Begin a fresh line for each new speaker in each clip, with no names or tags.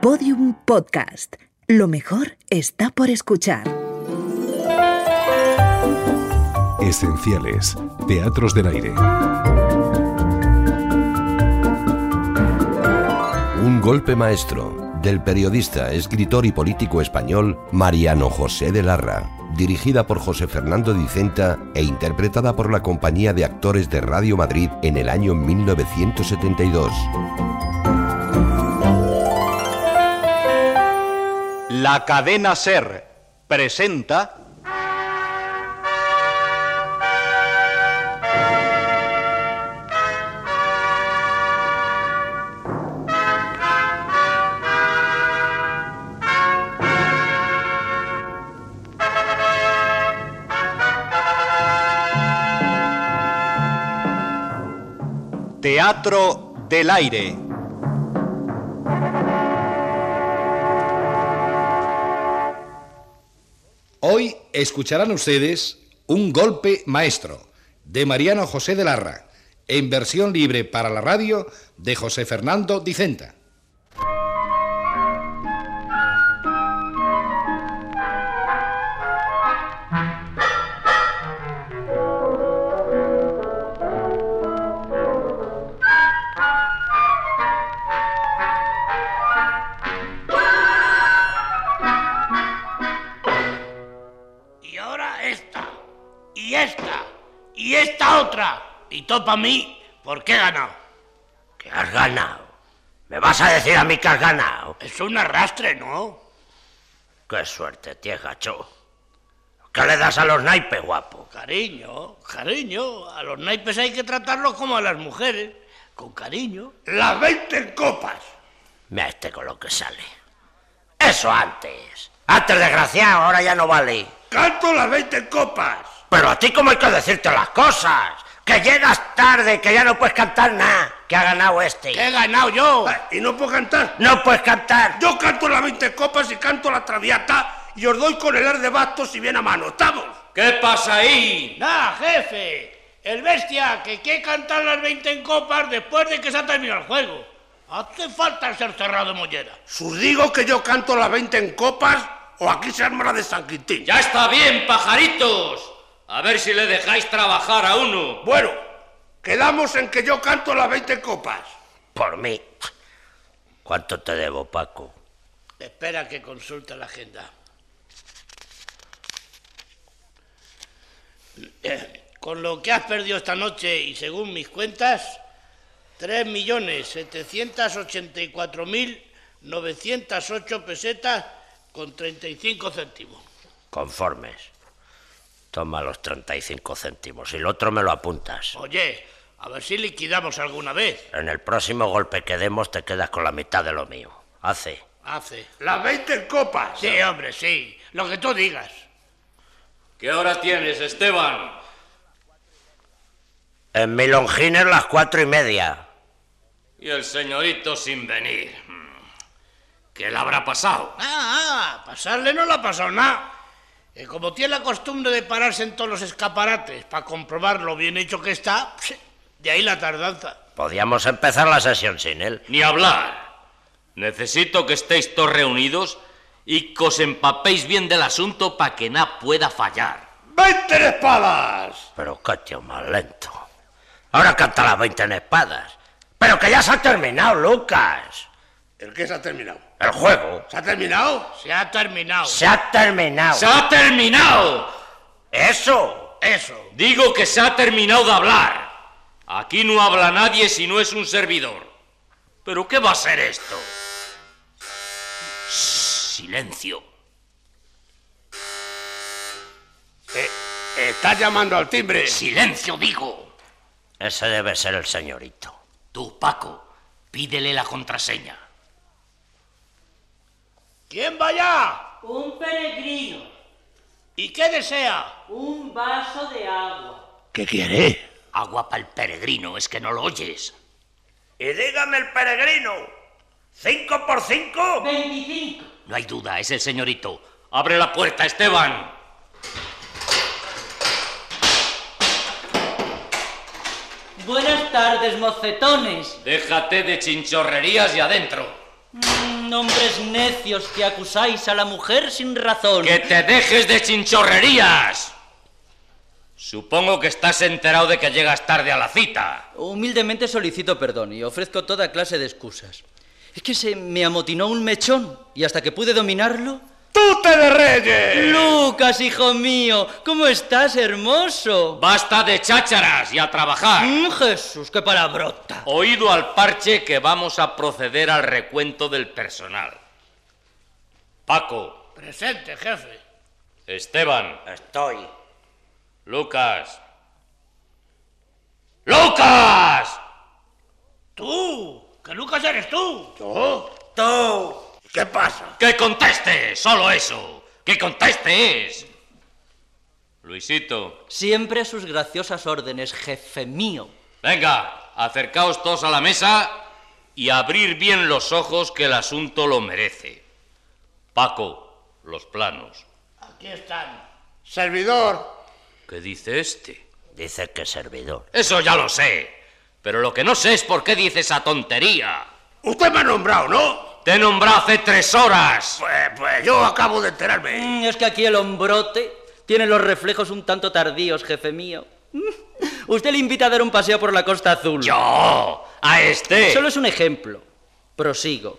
Podium Podcast. Lo mejor está por escuchar.
Esenciales, Teatros del Aire.
Un golpe maestro del periodista, escritor y político español Mariano José de Larra, dirigida por José Fernando Dicenta e interpretada por la Compañía de Actores de Radio Madrid en el año 1972.
La cadena Ser presenta Teatro del Aire.
Hoy escucharán ustedes Un Golpe Maestro de Mariano José de Larra, en versión libre para la radio de José Fernando Dicenta.
Y ahora esta, y esta, y esta otra. Y topa a mí, porque he ganado. ¿Qué has ganado? ¿Me vas a decir a mí que has ganado? Es un arrastre, ¿no? Qué suerte tienes, gacho. ¿Qué le das a los naipes, guapo?
Cariño, cariño, a los naipes hay que tratarlos como a las mujeres, con cariño.
Las 20 en copas. Mira este con lo que sale. Eso antes. Antes, desgraciado, ahora ya no vale. Canto las 20 en copas. Pero a ti cómo hay que decirte las cosas. Que llegas tarde, que ya no puedes cantar nada. Que ha ganado este. Ah,
¿Qué he ganado yo?
¿Y no puedo cantar? No puedes cantar. Yo canto las 20 copas y canto la traviata y os doy con el ar de bastos si bien a mano. ¿Estamos?
¿Qué pasa ahí?
Nah, jefe! El bestia que quiere cantar las 20 en copas después de que se ha terminado el juego. Hace falta ser cerrado de mollera.
Os digo que yo canto las 20 en copas o aquí se arma la de San Quintín.
Ya está bien, pajaritos. A ver si le dejáis trabajar a uno.
Bueno, quedamos en que yo canto las 20 copas. Por mí. ¿Cuánto te debo, Paco?
Espera que consulte la agenda. Eh, Con lo que has perdido esta noche y según mis cuentas, 3.784.908 pesetas con 35 céntimos.
Conformes. Toma los 35 céntimos y el otro me lo apuntas.
Oye, a ver si liquidamos alguna vez.
En el próximo golpe que demos te quedas con la mitad de lo mío. Hace.
Hace.
Las 20 copas.
Sí, hombre, sí. Lo que tú digas.
¿Qué hora tienes, Esteban?
En mi longines las cuatro y media.
Y el señorito sin venir. Mm. ¿Qué le habrá pasado?
Ah, ah, pasarle no le ha pasado nada. Eh, como tiene la costumbre de pararse en todos los escaparates para comprobar lo bien hecho que está, de ahí la tardanza.
Podíamos empezar la sesión sin él.
Ni hablar. Necesito que estéis todos reunidos y que os empapéis bien del asunto para que nada pueda fallar.
¡20 espadas! Pero qué tío más lento. Ahora canta las 20 en espadas. Pero que ya se ha terminado, Lucas.
¿El qué se ha terminado?
El juego.
¿Se ha terminado?
Se ha terminado.
Se ha terminado.
¡Se ha terminado!
Eso.
Eso.
Digo que se ha terminado de hablar. Aquí no habla nadie si no es un servidor. ¿Pero qué va a ser esto? Shh, silencio.
Eh, Está llamando al timbre.
Silencio, digo.
Ese debe ser el señorito.
Tú, Paco, pídele la contraseña.
¿Quién va allá?
Un peregrino,
¿Y qué desea?
un vaso de agua.
¿Qué quiere?
Agua para el peregrino, es que no lo oyes.
Y dígame el peregrino. ¿Cinco por cinco?
25.
No hay duda, es el señorito. Abre la puerta, Esteban.
Buenas tardes, mocetones.
Déjate de chinchorrerías y adentro.
Mm,
hombres necios que acusáis a la mujer sin razón.
¡Que te dejes de chinchorrerías! Supongo que estás enterado de que llegas tarde a la cita.
Humildemente solicito perdón y ofrezco toda clase de excusas. Es que se me amotinó un mechón y hasta que pude dominarlo...
¡Tú te de reyes!
Lucas, hijo mío, ¿cómo estás, hermoso?
Basta de chácharas y a trabajar.
Mm, Jesús, qué palabrota.
Oído al parche que vamos a proceder al recuento del personal. Paco,
Presente, jefe.
Esteban,
Estoy.
Lucas. ¡Lucas!
Tú, que Lucas eres tú.
¿Yo?
¡Tú!
¿Qué pasa?
¡Que conteste! ¡Solo eso! ¡Que contestes! Luisito,
Siempre a sus graciosas órdenes, jefe mío.
venga, acercaos todos a la mesa y abrir bien los ojos que el asunto lo merece. Paco, los planos.
Aquí están.
Servidor.
¿Qué dice este?
Dice que servidor.
Eso ya lo sé. Pero lo que no sé es por qué dice esa tontería.
Usted me ha nombrado, ¿no?
Te nombré hace tres horas.
Pues, pues yo acabo de enterarme.
Mm, Es que aquí el hombrote tiene los reflejos un tanto tardíos, jefe mío. Mm, Usted le invita a dar un paseo por la Costa Azul.
Yo, a este.
Solo es un ejemplo. Prosigo.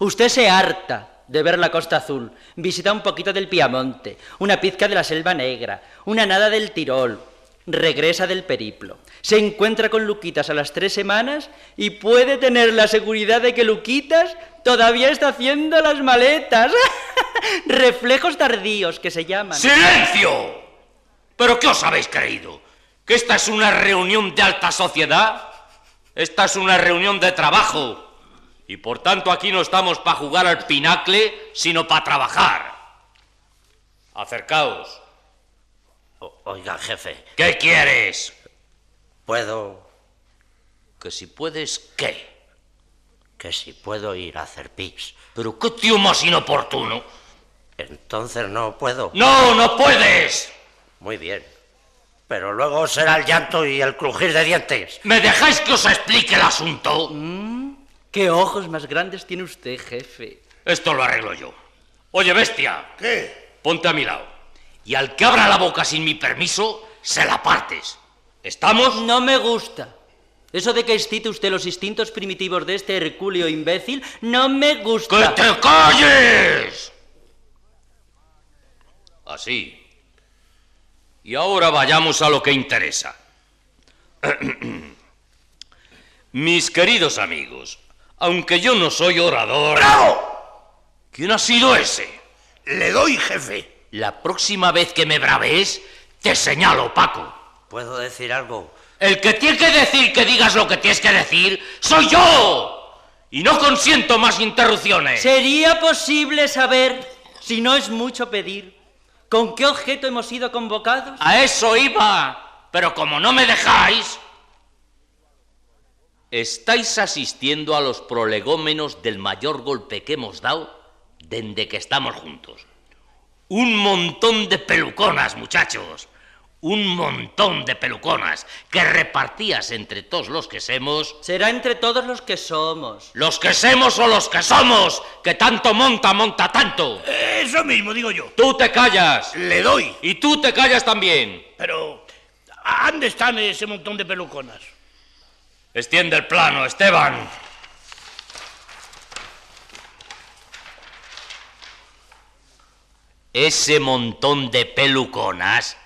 Usted se harta de ver la Costa Azul, visita un poquito del Piamonte, una pizca de la Selva Negra, una nada del Tirol, regresa del periplo, se encuentra con Luquitas a las tres semanas y puede tener la seguridad de que Luquitas todavía está haciendo las maletas. Reflejos tardíos que se llaman.
¡Silencio! ¿Pero qué os habéis creído? ¿Que esta es una reunión de alta sociedad? Esta es una reunión de trabajo. Y por tanto aquí no estamos para jugar al pinacle, sino para trabajar. Acercaos.
O- oiga, jefe,
¿Qué quieres?
puedo.
Que si puedes, ¿qué?
que si puedo ir a hacer pis.
Pero qué tío más inoportuno.
Entonces no puedo.
No, no puedes.
Muy bien. Pero luego será el llanto y el crujir de dientes.
¿Me dejáis que os explique el asunto?
¿Qué ojos más grandes tiene usted, jefe?
Esto lo arreglo yo. Oye, bestia,
¿Qué?
Ponte a mi lado. Y al que abra la boca sin mi permiso, se la partes. ¿Estamos?
No me gusta. Eso de que excite usted los instintos primitivos de este hercúleo imbécil, no me
¡Que
gusta.
te calles! Así. Y ahora vayamos a lo que interesa. Mis queridos amigos, aunque yo no soy orador...
¡Bravo!
¿Quién ha sido ese?
Le doy, jefe.
La próxima vez que me braves, te señalo, Paco.
¿Puedo decir algo?
El que tiene que decir que digas lo que tienes que decir soy yo. Y no consiento más interrupciones.
¿Sería posible saber, si no es mucho pedir, con qué objeto hemos sido convocados?
A eso iba. Pero como no me dejáis... Estáis asistiendo a los prolegómenos del mayor golpe que hemos dado desde que estamos juntos. Un montón de peluconas, muchachos. Un montón de peluconas que repartías entre todos los que semos
Será entre todos los que somos.
Los que semos o los que somos, que tanto monta, monta tanto.
Eso mismo digo yo.
Tú te callas.
Le doy.
Y tú te callas también.
Pero, ¿a ¿dónde están ese montón de peluconas?
Extiende el plano, Esteban. Ese montón de peluconas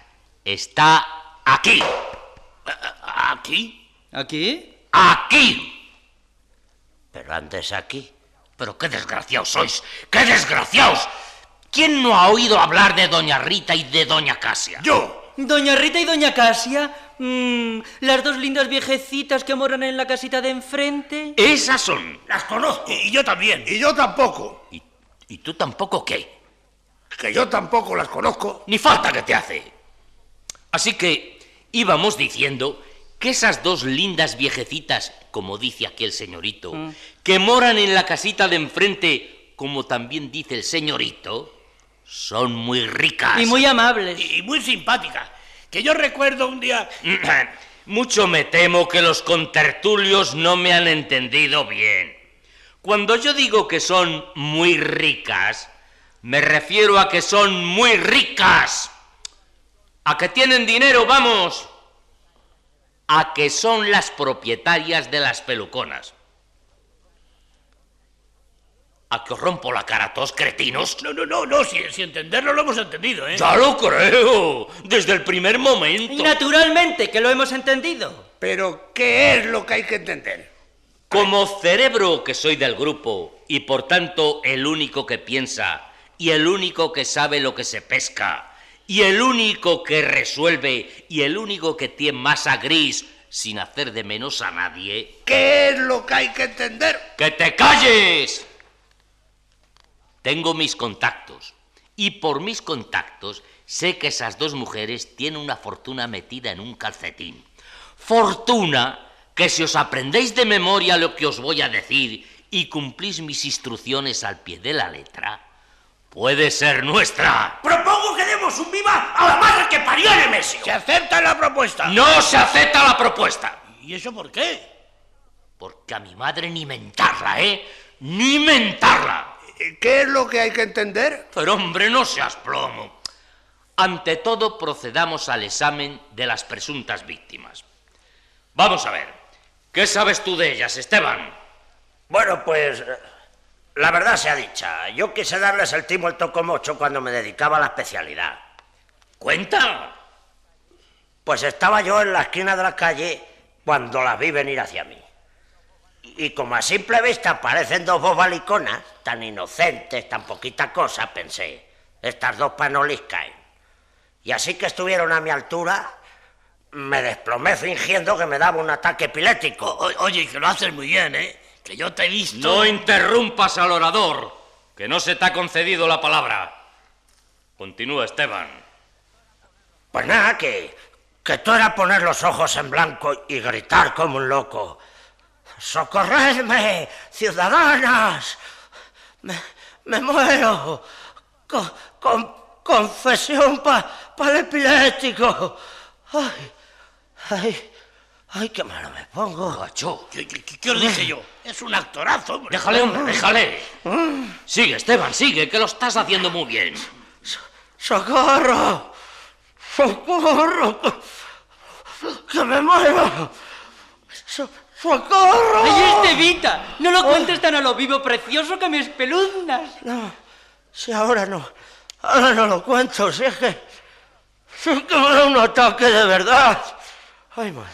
está aquí.
¿Aquí?
¿Aquí?
Aquí.
Pero antes aquí.
Pero qué desgraciados sois. ¡Qué desgraciados! ¿Quién no ha oído hablar de Doña Rita y de Doña Casia?
Yo.
Doña Rita y Doña Casia, mm, las dos lindas viejecitas que moran en la casita de enfrente.
Esas son.
Las conozco.
Y yo también.
Y yo tampoco.
¿Y, y tú tampoco qué?
Que yo tampoco las conozco.
ni falta que te hace. Así que íbamos diciendo que esas dos lindas viejecitas, como dice aquí el señorito,
Mm.
que moran en la casita de enfrente, como también dice el señorito, son muy ricas.
Y muy amables.
Y muy simpática. Que yo recuerdo un día...
Mucho me temo que los contertulios no me han entendido bien. Cuando yo digo que son muy ricas, me refiero a que son muy ricas. A que tienen dinero, vamos. A que son las propietarias de las peluconas. ¿A que os rompo la cara a todos, cretinos?
No, no, no, no, si, si entenderlo lo hemos entendido, ¿eh?
Ya lo creo, desde el primer
Y
momento.
naturalmente que lo hemos entendido.
Pero, ¿qué es lo que hay que entender?
Como cerebro que soy del grupo y por tanto el único que piensa y el único que sabe lo que se pesca y el único que resuelve y el único que tiene masa gris sin hacer de menos a nadie,
¿Qué es lo que hay que entender?
¡que te calles! Tengo mis contactos y por mis contactos sé que esas dos mujeres tienen una fortuna metida en un calcetín. Fortuna que si os aprendéis de memoria lo que os voy a decir y cumplís mis instrucciones al pie de la letra, puede ser nuestra.
Propongo que demos un viva a la madre que parió a Nemesio.
¿Se acepta la propuesta?
No se acepta la propuesta.
¿Y eso por qué?
Porque a mi madre ni mentarla, ¿eh? Ni mentarla.
Eh, ¿Qué es lo que hay que entender?
Pero hombre, no seas plomo. Ante todo, procedamos al examen de las presuntas víctimas. Vamos a ver, ¿qué sabes tú de ellas, Esteban?
Bueno, pues eh, la verdad sea dicha. Yo quise darles el timo el tocomocho cuando me dedicaba a la especialidad.
Cuenta.
Pues estaba yo en la esquina de la calle cuando las vi venir hacia mí. Y como a simple vista parecen dos bobaliconas, tan inocentes, tan poquita cosa, pensé, estas dos panolis caen. Y así que estuvieron a mi altura, me desplomé fingiendo que me daba un ataque epiléptico.
O- oye, que lo haces muy bien, ¿eh? Que yo te he visto.
No interrumpas al orador, que no se te ha concedido la palabra. Continúa, Esteban.
Pues nada, que, que tú era poner los ojos en blanco y gritar como un loco. ¡Socorredme, ciudadanas! ¡Me, me muero! Con, con- confesión para el epiléptico. ¡Ay, ay, ay, qué malo me pongo!
Gacho.
¿Qué, qué- qué- qué os dije yo? Es un actorazo, hombre.
Déjale, hombre, déjale.
Ah.
Sigue, Esteban, sigue, que lo estás haciendo muy bien.
¡Socorro! ¡Socorro! ¡Que me muero! So- ¡Socorro!
¡Ay, Estevita! ¡No lo cuentes tan a lo vivo, precioso, que me espeluznas!
No, si ahora no, ahora no lo cuento, si es que. Si es que me da un ataque de verdad. Ay, madre.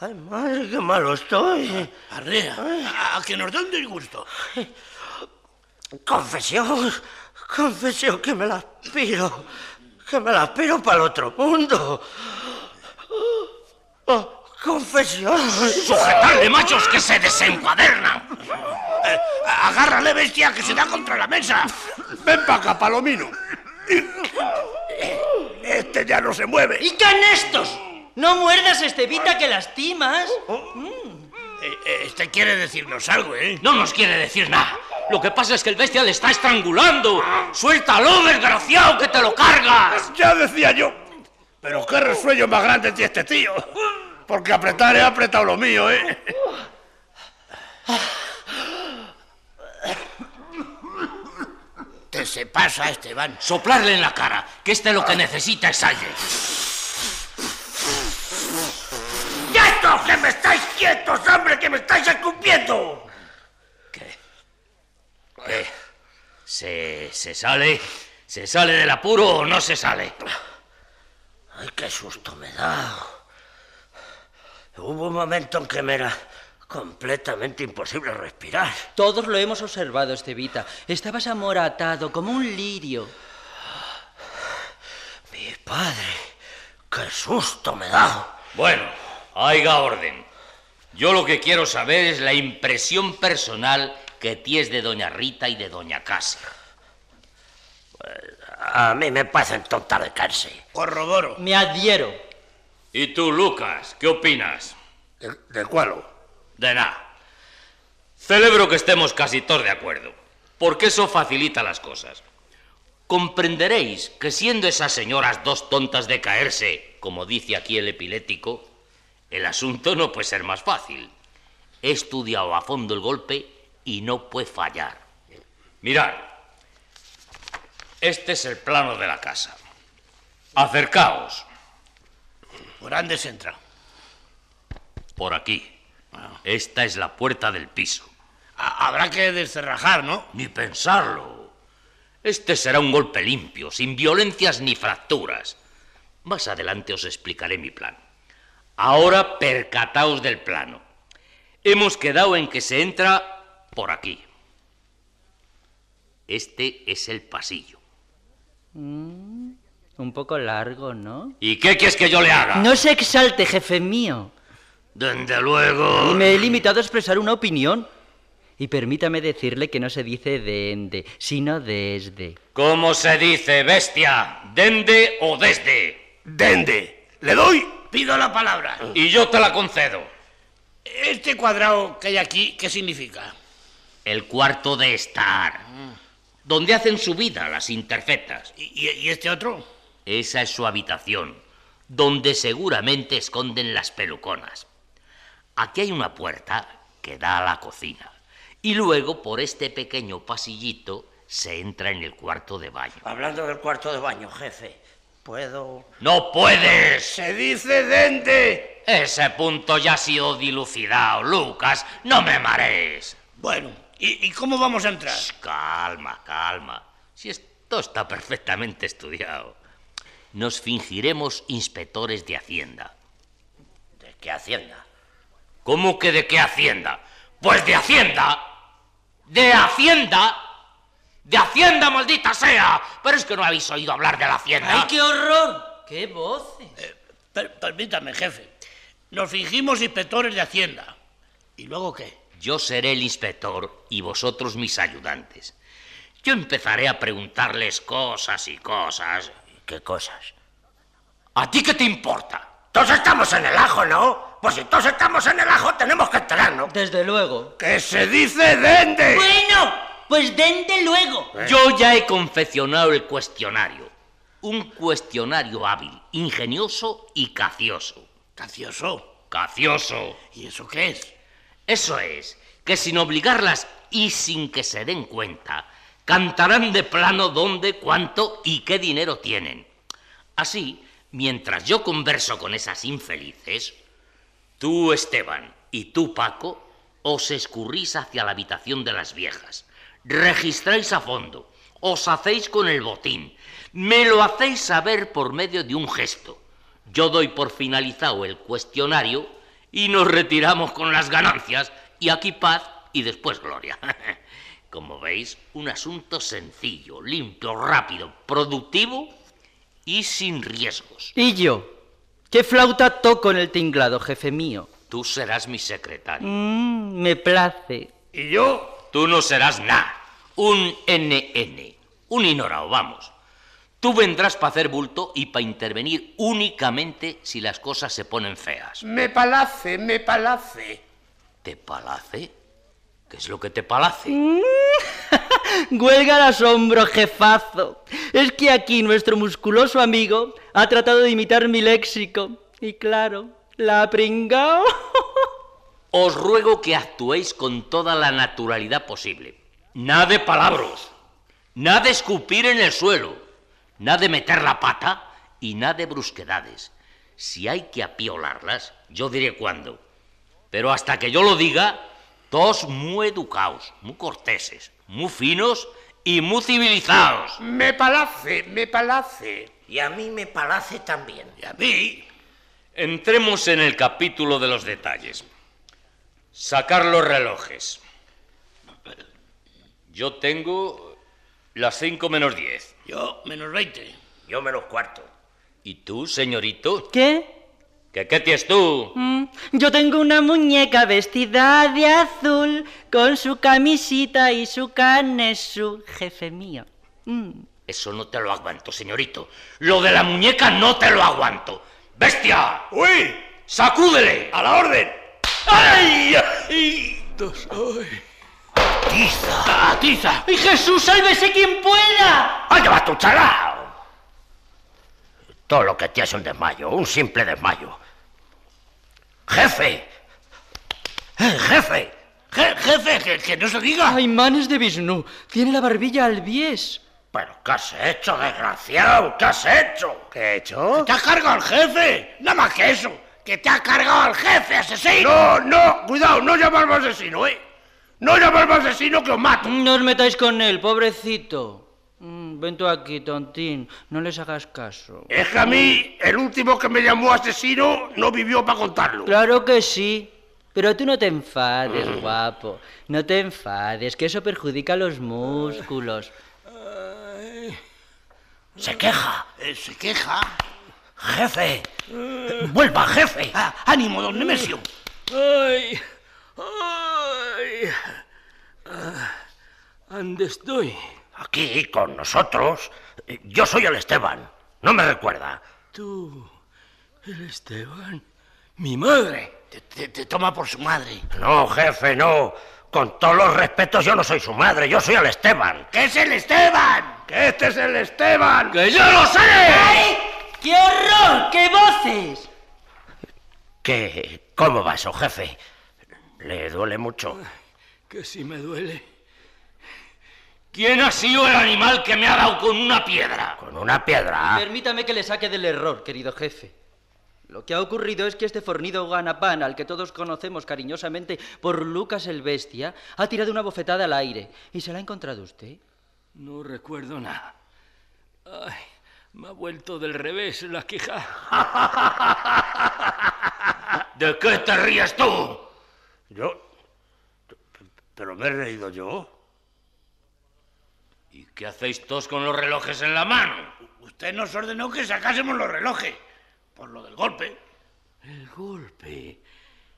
Ay, madre, qué malo estoy.
Arrea, a, a que nos da un disgusto.
Confesión, confesión que me las piro. Que me las piro para el otro mundo. Oh, confesión.
¡Sujetadle, machos, que se desencuadernan!
Eh, Agárrale, bestia, que se da contra la mesa.
Ven para acá, Palomino. Este ya no se mueve.
¿Y qué han estos? ¡No muerdas, Estevita, que lastimas!
Eh, eh, este quiere decirnos algo, ¿eh?
No nos quiere decir nada. Lo que pasa es que el bestia le está estrangulando. ¡Suéltalo, desgraciado, que te lo cargas!
Ya decía yo. Pero qué resuello más grande tiene este tío. Porque apretar he apretado lo mío, ¿eh?
Te se pasa, Esteban.
Soplarle en la cara, que este lo que necesita es aire.
¡Quietos! ¡Que me estáis quietos, hombre! ¡Que me estáis escupiendo!
Se, se sale, se sale del apuro o no se sale.
Ay, qué susto me da. Hubo un momento en que me era completamente imposible respirar.
Todos lo hemos observado, Estevita. Estabas amoratado, como un lirio.
Mi padre, qué susto me da.
Bueno, haiga orden. Yo lo que quiero saber es la impresión personal que tienes de Doña Rita y de Doña Casa.
A mí me parecen tontas de cárcel.
Corroboro.
Me adhiero.
¿Y tú, Lucas, qué opinas?
¿De, de cuál?
De nada. Celebro que estemos casi todos de acuerdo, porque eso facilita las cosas. Comprenderéis que siendo esas señoras dos tontas de caerse, como dice aquí el epilético, el asunto no puede ser más fácil. He estudiado a fondo el golpe y no puede fallar.
Mirad, este es el plano de la casa. Acercaos.
¿Por dónde se entra?
Por aquí. Esta es la puerta del piso.
Ha- habrá que descerrajar, ¿no?
Ni pensarlo. Este será un golpe limpio, sin violencias ni fracturas. Más adelante os explicaré mi plan. Ahora percataos del plano. Hemos quedado en que se entra por aquí. Este es el pasillo.
Un poco largo, ¿no?
¿Y qué quieres que yo le haga?
No se exalte, jefe mío.
Desde luego.
Y me he limitado a expresar una opinión. Y permítame decirle que no se dice dende, sino desde.
¿Cómo se dice, bestia? ¿Dende o desde?
Dende. ¿Le doy?
Pido la palabra.
Y yo te la concedo.
Este cuadrado que hay aquí, ¿qué significa? Ah.
El cuarto de estar. Donde hacen su vida las interfetas.
¿Y, y- y este otro?
Esa es su habitación, donde seguramente esconden las peluconas. Aquí hay una puerta que da a la cocina. Y luego, por este pequeño pasillito, se entra en el cuarto de baño.
Hablando del cuarto de baño, jefe, puedo.
¡No puedes!
Se dice dende.
Ese punto ya ha sido dilucidado, Lucas. No me marees.
Bueno, ¿y, y cómo vamos a entrar?
Shh, Calma, calma. Si esto está perfectamente estudiado. Nos fingiremos inspectores de Hacienda.
¿De qué hacienda?
¿Cómo que de qué Hacienda? Pues de Hacienda. De Hacienda. De Hacienda, maldita sea. Pero es que no habéis oído hablar de la Hacienda.
¡Ay, qué horror! ¡Qué voces!
Per- permítame, jefe. Nos fingimos inspectores de Hacienda. ¿Y luego qué?
Yo seré el inspector y vosotros mis ayudantes. Yo empezaré a preguntarles cosas y cosas.
¿Qué cosas?
¿A ti qué te importa?
Todos estamos en el ajo, ¿no? Pues si todos estamos en el ajo, tenemos que enterarnos.
Desde luego.
Que se dice dende.
Bueno, pues dende luego.
Yo ya he confeccionado el cuestionario. Un cuestionario hábil, ingenioso y cacioso.
Cacioso.
Cacioso.
¿Y eso qué es?
Eso es, que sin obligarlas y sin que se den cuenta, cantarán de plano dónde, cuánto y qué dinero tienen. Así, mientras yo converso con esas infelices, tú, Esteban, y tú, Paco, os escurrís hacia la habitación de las viejas, registráis a fondo, os hacéis con el botín, me lo hacéis saber por medio de un gesto. Yo doy por finalizado el cuestionario y nos retiramos con las ganancias, y aquí paz y después gloria. Como veis, un asunto sencillo, limpio, rápido, productivo y sin riesgos.
¿Y yo? ¿Qué flauta toco en el tinglado, jefe mío?
Tú serás mi secretario.
Mm, me place.
Y yo
Tú no serás nada. Un NN. Un ignorado, vamos. Tú vendrás para hacer bulto y para intervenir únicamente si las cosas se ponen feas.
me palace, me palace.
¿Te palace? ¿Qué es lo que te palace?
Huelga el asombro, jefazo. Es que aquí nuestro musculoso amigo ha tratado de imitar mi léxico. Y claro, la ha pringao.
Os ruego que actuéis con toda la naturalidad posible. Nada de palabras. Nada de escupir en el suelo. Nada de meter la pata y nada de brusquedades. Si hay que apiolarlas, yo diré cuándo. Pero hasta que yo lo diga, todos muy educados, muy corteses, muy finos y muy civilizados.
Me palace, me palace.
Y a mí me palace también.
Y a mí, entremos en el capítulo de los detalles. Sacar los relojes. Yo tengo las 5 menos 10.
Yo, menos 20.
Yo menos cuarto.
¿Y tú, señorito?
¿Qué?
¿Qué, qué tienes tú?
Mm, yo tengo una muñeca vestida de azul con su camisita y su canesú, jefe mío. Mm.
Eso no te lo aguanto, señorito. Lo de la muñeca no te lo aguanto. ¡Bestia!
¡Uy!
¡Sacúdele!
¡A la orden!
¡Ay!
¡Tiza! ¡Tiza!
¡Ay, Jesús, sálvese quien pueda!
¡Allá vas tu chalao!
Todo lo que tienes es un desmayo, un simple desmayo. Jefe. Eh, jefe.
Je- jefe, que, que no se diga.
¡Ay, manes de Vishnu! Tiene la barbilla al bies.
¿Pero qué has hecho, desgraciado? ¿Qué has hecho?
¿Qué he hecho?
Te ha cargado el jefe. Nada más que eso. Que te ha cargado al jefe, asesino.
No, no, cuidado, no llamarme asesino, ¿eh? No llamarme asesino que os mato.
Mm, No os metáis con él, pobrecito. Mm, Ven tú aquí, tontín. No les hagas caso.
Es que a mí, el último que me llamó asesino no vivió para contarlo.
Claro que sí. Pero tú no te enfades, guapo. No te enfades, que eso perjudica los músculos.
Se queja.
Eh, se queja.
Jefe.
Mm.
Eh, Vuelva, jefe.
Ah, ánimo, don Nemesio.
¡Ay! ¡Ay! Ah, ¿Ande estoy?
Aquí con nosotros. eh, Yo soy el Esteban. No me recuerda.
Tú, el Esteban, mi madre.
Te, te- te toma por su madre.
No, jefe, no. Con todos los respetos, yo no soy su madre, yo soy el Esteban.
¿Qué es el Esteban?
¡Que este es el Esteban!
¡Que yo lo sé!
¡Ay! ¡Qué horror! ¡Qué voces!
¿Qué? ¿Cómo va eso, jefe? Le duele mucho.
Que si me duele.
¿Quién ha sido el animal que me ha dado con una piedra?
Con una piedra.
Permítame que le saque del error, querido jefe. Lo que ha ocurrido es que este fornido ganapán, al que todos conocemos cariñosamente por Lucas el Bestia, ha tirado una bofetada al aire. ¿Y se la ha encontrado usted?
No recuerdo nada. Ay, me ha vuelto del revés la queja.
¿De qué te ríes tú?
Yo. Pero me he reído yo.
¿Y qué hacéis todos con los relojes en la mano?
Usted nos ordenó que sacásemos los relojes. Por lo del golpe.
El golpe.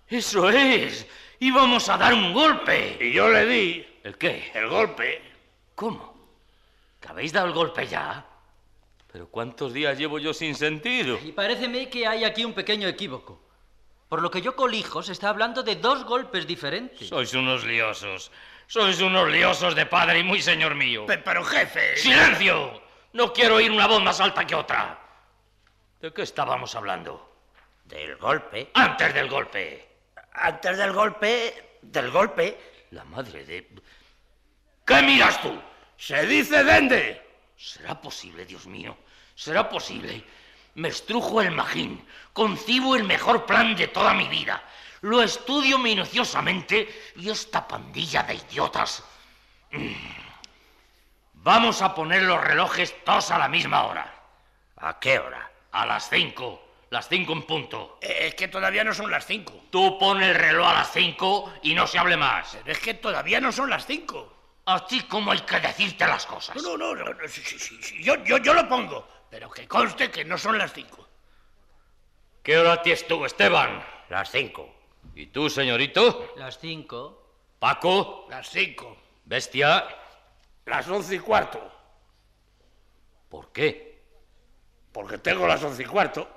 Eso es. Íbamos a dar un golpe.
Y yo le di
¿El qué?
el golpe.
¿Cómo? ¿Que habéis dado el golpe ya? ¿Pero cuántos días llevo yo sin sentido?
Y paréceme que hay aquí un pequeño equívoco. Por lo que yo colijo, se está hablando de dos golpes diferentes.
Sois unos liosos. Sois unos liosos de padre y muy señor mío.
Pe- pero jefe.
¡Silencio! No quiero oír una voz más alta que otra. ¿De qué estábamos hablando?
Del golpe.
Antes del golpe.
Antes del golpe. Del golpe.
La madre de...
¿Qué miras tú? Se dice Dende.
¿Será posible, Dios mío? ¿Será posible? Me estrujo el magín, concibo el mejor plan de toda mi vida, lo estudio minuciosamente y esta pandilla de idiotas... Mm. Vamos a poner los relojes todos a la misma hora.
¿A qué hora?
A las cinco. Las cinco en punto.
Eh, es que todavía no son las cinco.
Tú pon el reloj a las cinco y no se hable más.
Pero es que todavía no son las cinco.
Así como hay que decirte las cosas.
No, no, no, no, no, sí, sí, sí, sí, Yo, yo, yo lo pongo. Pero que conste que no son las cinco.
¿Qué hora tienes tú, Esteban?
Las cinco.
¿Y tú, señorito?
Las cinco.
Paco.
Las cinco.
Bestia,
Las once y cuarto.
¿por qué?
Porque tengo las once y cuarto.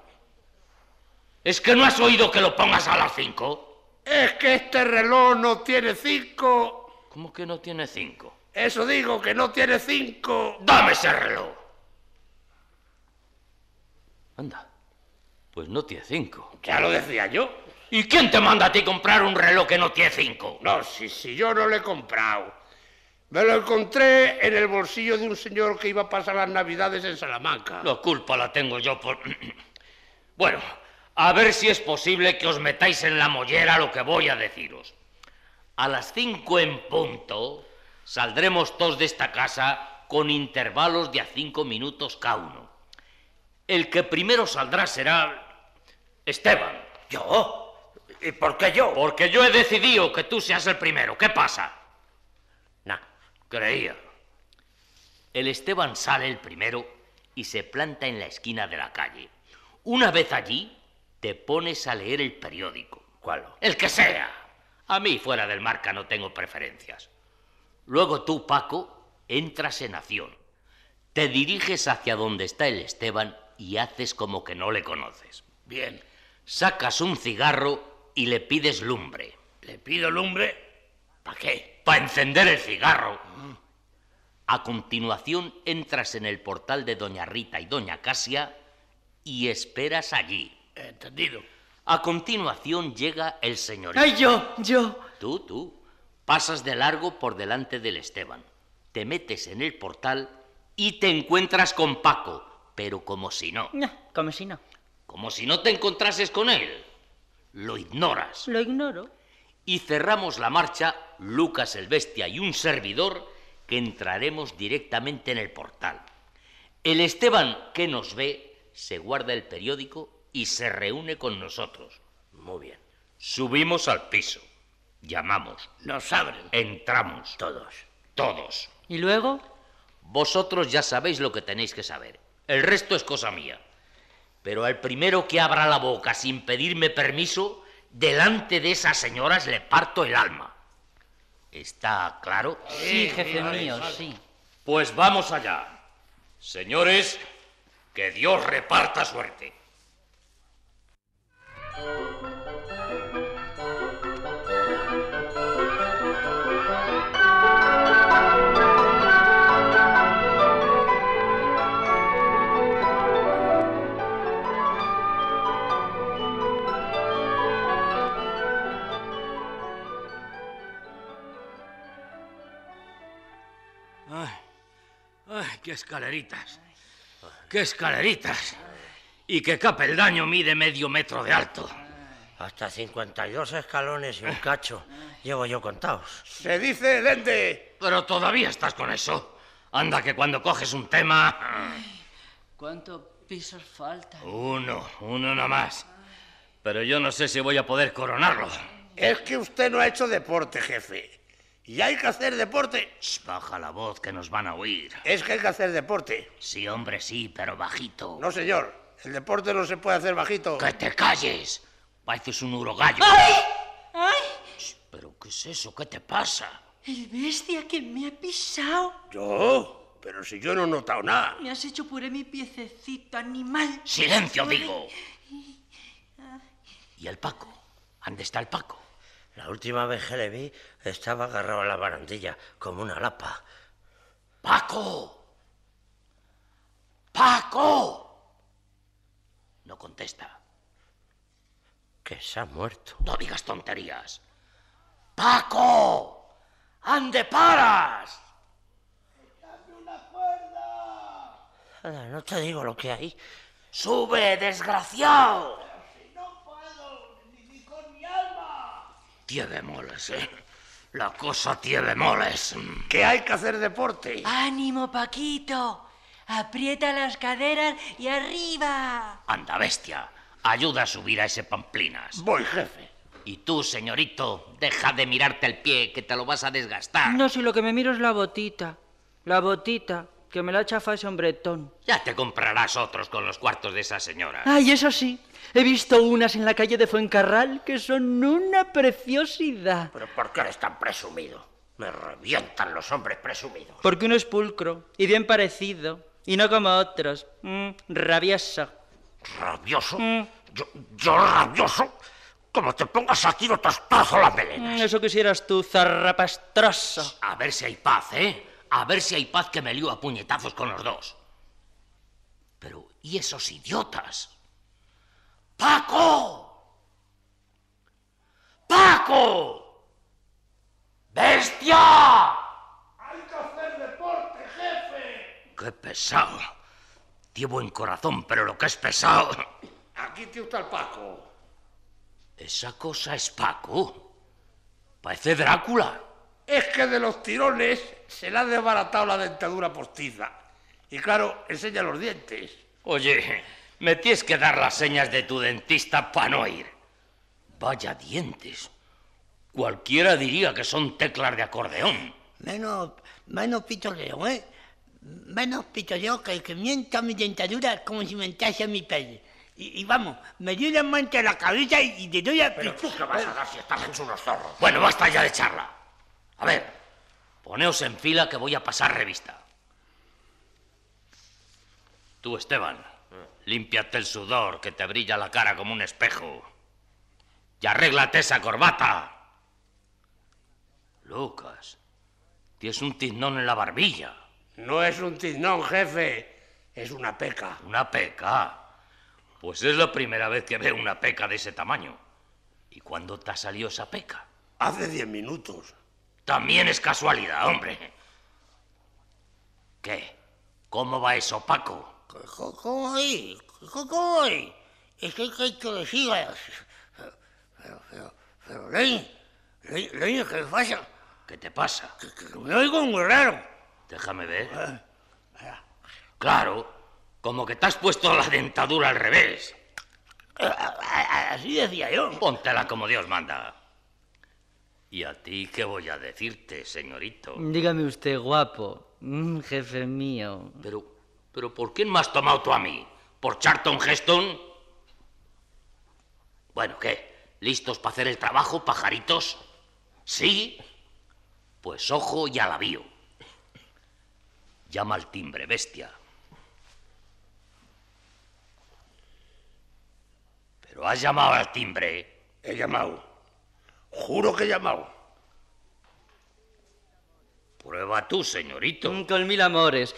¿Es que no has oído que lo pongas a las cinco?
Es que este reloj no tiene cinco.
¿Cómo que no tiene cinco?
Eso digo, que no tiene cinco.
¡Dame ese reloj! Anda, pues no tiene cinco.
Ya lo decía yo.
¿Y quién te manda a ti comprar un reloj que no tiene cinco?
No, si, si yo no lo he comprado. Me lo encontré en el bolsillo de un señor que iba a pasar las navidades en Salamanca.
La culpa la tengo yo por... Bueno, a ver si es posible que os metáis en la mollera lo que voy a deciros. A las cinco en punto saldremos todos de esta casa con intervalos de a cinco minutos cada uno. El que primero saldrá será Esteban,
¿Yo? ¿Y por qué yo?
porque yo he decidido que tú seas el primero. ¿Qué pasa?
Nah.
Creía. El Esteban sale el primero y se planta en la esquina de la calle. Una vez allí, te pones a leer el periódico.
¿Cuál?
El que sea. A mí fuera del marca no tengo preferencias. Luego tú, Paco, entras en acción. Te diriges hacia donde está el Esteban y haces como que no le conoces.
Bien.
Sacas un cigarro y le pides lumbre.
Le pido lumbre. ¿Para qué?
Para encender el cigarro. A continuación entras en el portal de Doña Rita y Doña Casia y esperas allí.
Entendido.
A continuación llega el señorito.
¡Ay, yo! ¡Yo!
Tú, tú.
Pasas de largo por delante del Esteban. Te metes en el portal y te encuentras con Paco, pero como si no.
Nah, como si no.
Como si no te encontrases con él. Lo ignoras.
Lo ignoro.
Y cerramos la marcha, Lucas el Bestia y un servidor, que entraremos directamente en el portal. El Esteban que nos ve se guarda el periódico y se reúne con nosotros. Muy bien. Subimos al piso. Llamamos.
Nos abren.
Entramos.
Todos.
Todos.
¿Y luego?
Vosotros ya sabéis lo que tenéis que saber. El resto es cosa mía. Pero al primero que abra la boca sin pedirme permiso, delante de esas señoras le parto el alma. ¿Está claro?
Sí, jefe mío, sí.
Pues vamos allá. Señores, que Dios reparta suerte.
Ay, ay, qué escaleritas. Qué escaleritas. Y qué capeldaño mide medio metro de alto.
Hasta 52 escalones y un cacho. Llevo yo contados.
Se dice dente.
Pero todavía estás con eso. Anda que cuando coges un tema...
¿Cuántos pisos faltan?
Uno, uno nada más. Pero yo no sé si voy a poder coronarlo.
Es que usted no ha hecho deporte, jefe. Y hay que hacer deporte.
Sh, baja la voz que nos van a oír.
Es que hay que hacer deporte.
Sí, hombre, sí, pero bajito.
No, señor. El deporte no se puede hacer bajito.
¡Que te calles! Pareces un urogallo.
¡Ay! ¡Ay!
Sh, ¿Pero qué es eso? ¿Qué te pasa?
El bestia que me ha pisado.
¿Yo? Pero si yo no he notado nada.
Me has hecho puré mi piececito, animal.
¡Silencio, digo!
Ay, ay.
¿Y el Paco? ¿Dónde está el Paco?
La última vez que le vi estaba agarrado a la barandilla como una lapa.
¡Paco! ¡Paco! No contesta.
Que se ha muerto.
No digas tonterías. ¡Paco! ¡Ande paras!
Anda, no te digo lo que hay.
¡Sube, desgraciado! Tiene moles, ¿eh? La cosa tiene moles.
Que hay que hacer deporte.
¡Ánimo, Paquito! Aprieta las caderas y arriba.
Anda, bestia. Ayuda a subir a ese pamplinas.
Voy, jefe.
Y tú, señorito, deja de mirarte el pie, que te lo vas a desgastar.
No, si lo que me miro es la botita. La botita, que me la chafa ese hombretón.
Ya te comprarás otros con los cuartos de esa señora.
Ay, eso sí. He visto unas en la calle de Fuencarral que son una preciosidad.
¿Pero por qué eres tan presumido? Me revientan los hombres presumidos.
Porque uno es pulcro y bien parecido, y no como otros. Mm, rabioso.
¿Rabioso?
Mm.
Yo, yo rabioso. Como te pongas aquí no te estazo la melena.
Mm, Eso quisieras tú, zarrapastroso.
A ver si hay paz, ¿eh? A ver si hay paz que me lío a puñetazos con los dos. Pero, ¿y esos idiotas? ¡Paco! ¡Paco! ¡Bestia!
Hay que hacer deporte, jefe.
¡Qué pesado! Llevo buen corazón, pero lo que es pesado.
Aquí tiene usted al Paco.
Esa cosa es Paco. Parece Drácula.
Es que de los tirones se le ha desbaratado la dentadura postiza. Y claro, enseña los dientes.
Oye, me tienes que dar las señas de tu dentista para no ir. Vaya dientes. Cualquiera diría que son teclas de acordeón.
Menos, menos pitoleo, ¿eh? Menos pitoleo que el que mienta mi dentadura es como si mentase mi piel. Y, y vamos, me dio una mancha en la cabeza y, y le doy a
Pero tú qué vas a dar si estás hecho unos zorros.
Bueno, basta ya de charla. A ver, poneos en fila que voy a pasar revista. Tú, Esteban,
Eh.
límpiate el sudor que te brilla la cara como un espejo. Y arréglate esa corbata. Lucas, tienes un tiznón en la barbilla.
No es un tiznón, jefe. Es una peca.
Una peca. Pues es la primera vez que veo una peca de ese tamaño. ¿Y cuándo te ha salido esa peca?
Hace diez minutos.
También es casualidad, hombre. ¿Qué? ¿Cómo va eso, Paco?
¿Cómo voy? ¿Cómo voy? Estoy que te lo sigas. Pero, pero, pero, Leño, Le- Leño, ¿qué me pasa?
¿Qué te pasa?
Me oigo muy raro.
Déjame ver.
Ah,
Claro, como que te has puesto la dentadura al revés.
Así decía yo.
Póntela como Dios manda. ¿Y a ti qué voy a decirte, señorito?
Dígame usted, guapo. Mm, jefe mío.
Pero, pero ¿por quién me has tomado tú a mí? ¿Por Charlton Heston? Bueno, ¿qué? ¿Listos para hacer el trabajo, pajaritos? ¿Sí? Pues ojo y alavío. Llama al timbre, bestia. Pero has llamado al timbre. eh?
He llamado. Juro que he llamado.
Prueba tú, señorito.
Mm, Con mil amores.